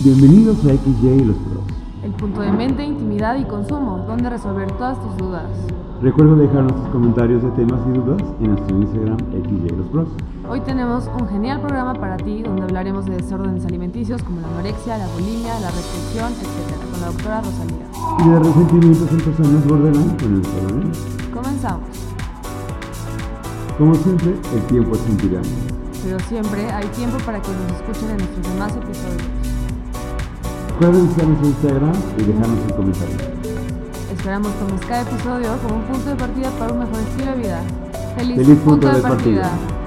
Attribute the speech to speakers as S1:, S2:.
S1: Bienvenidos a XY y los Pros.
S2: El punto de mente, intimidad y consumo, donde resolver todas tus dudas.
S1: Recuerda dejarnos tus comentarios de temas y dudas en nuestro Instagram XY y los Pros.
S2: Hoy tenemos un genial programa para ti donde hablaremos de desórdenes alimenticios como la anorexia, la bulimia, la restricción, etc. con la doctora Rosalía.
S1: Y de resentimientos en personas borderline con el problema.
S2: Comenzamos,
S1: Como siempre, el tiempo es un tirano.
S2: pero siempre hay tiempo para que nos escuchen en nuestros demás episodios.
S1: Recuerda visitar nuestro Instagram y dejarnos un comentario.
S2: Esperamos tomes cada episodio como un punto de partida para un mejor estilo de vida. Feliz,
S1: Feliz punto de partida.